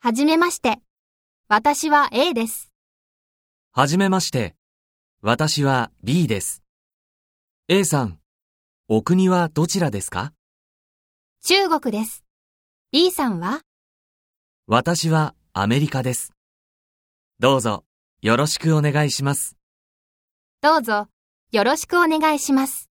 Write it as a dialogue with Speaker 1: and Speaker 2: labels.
Speaker 1: はじめまして。私は A です。
Speaker 2: はじめまして。私は B です。A さん、お国はどちらですか
Speaker 1: 中国です。B さんは
Speaker 2: 私はアメリカです。どうぞ、よろしくお願いします。
Speaker 1: どうぞ、よろしくお願いします。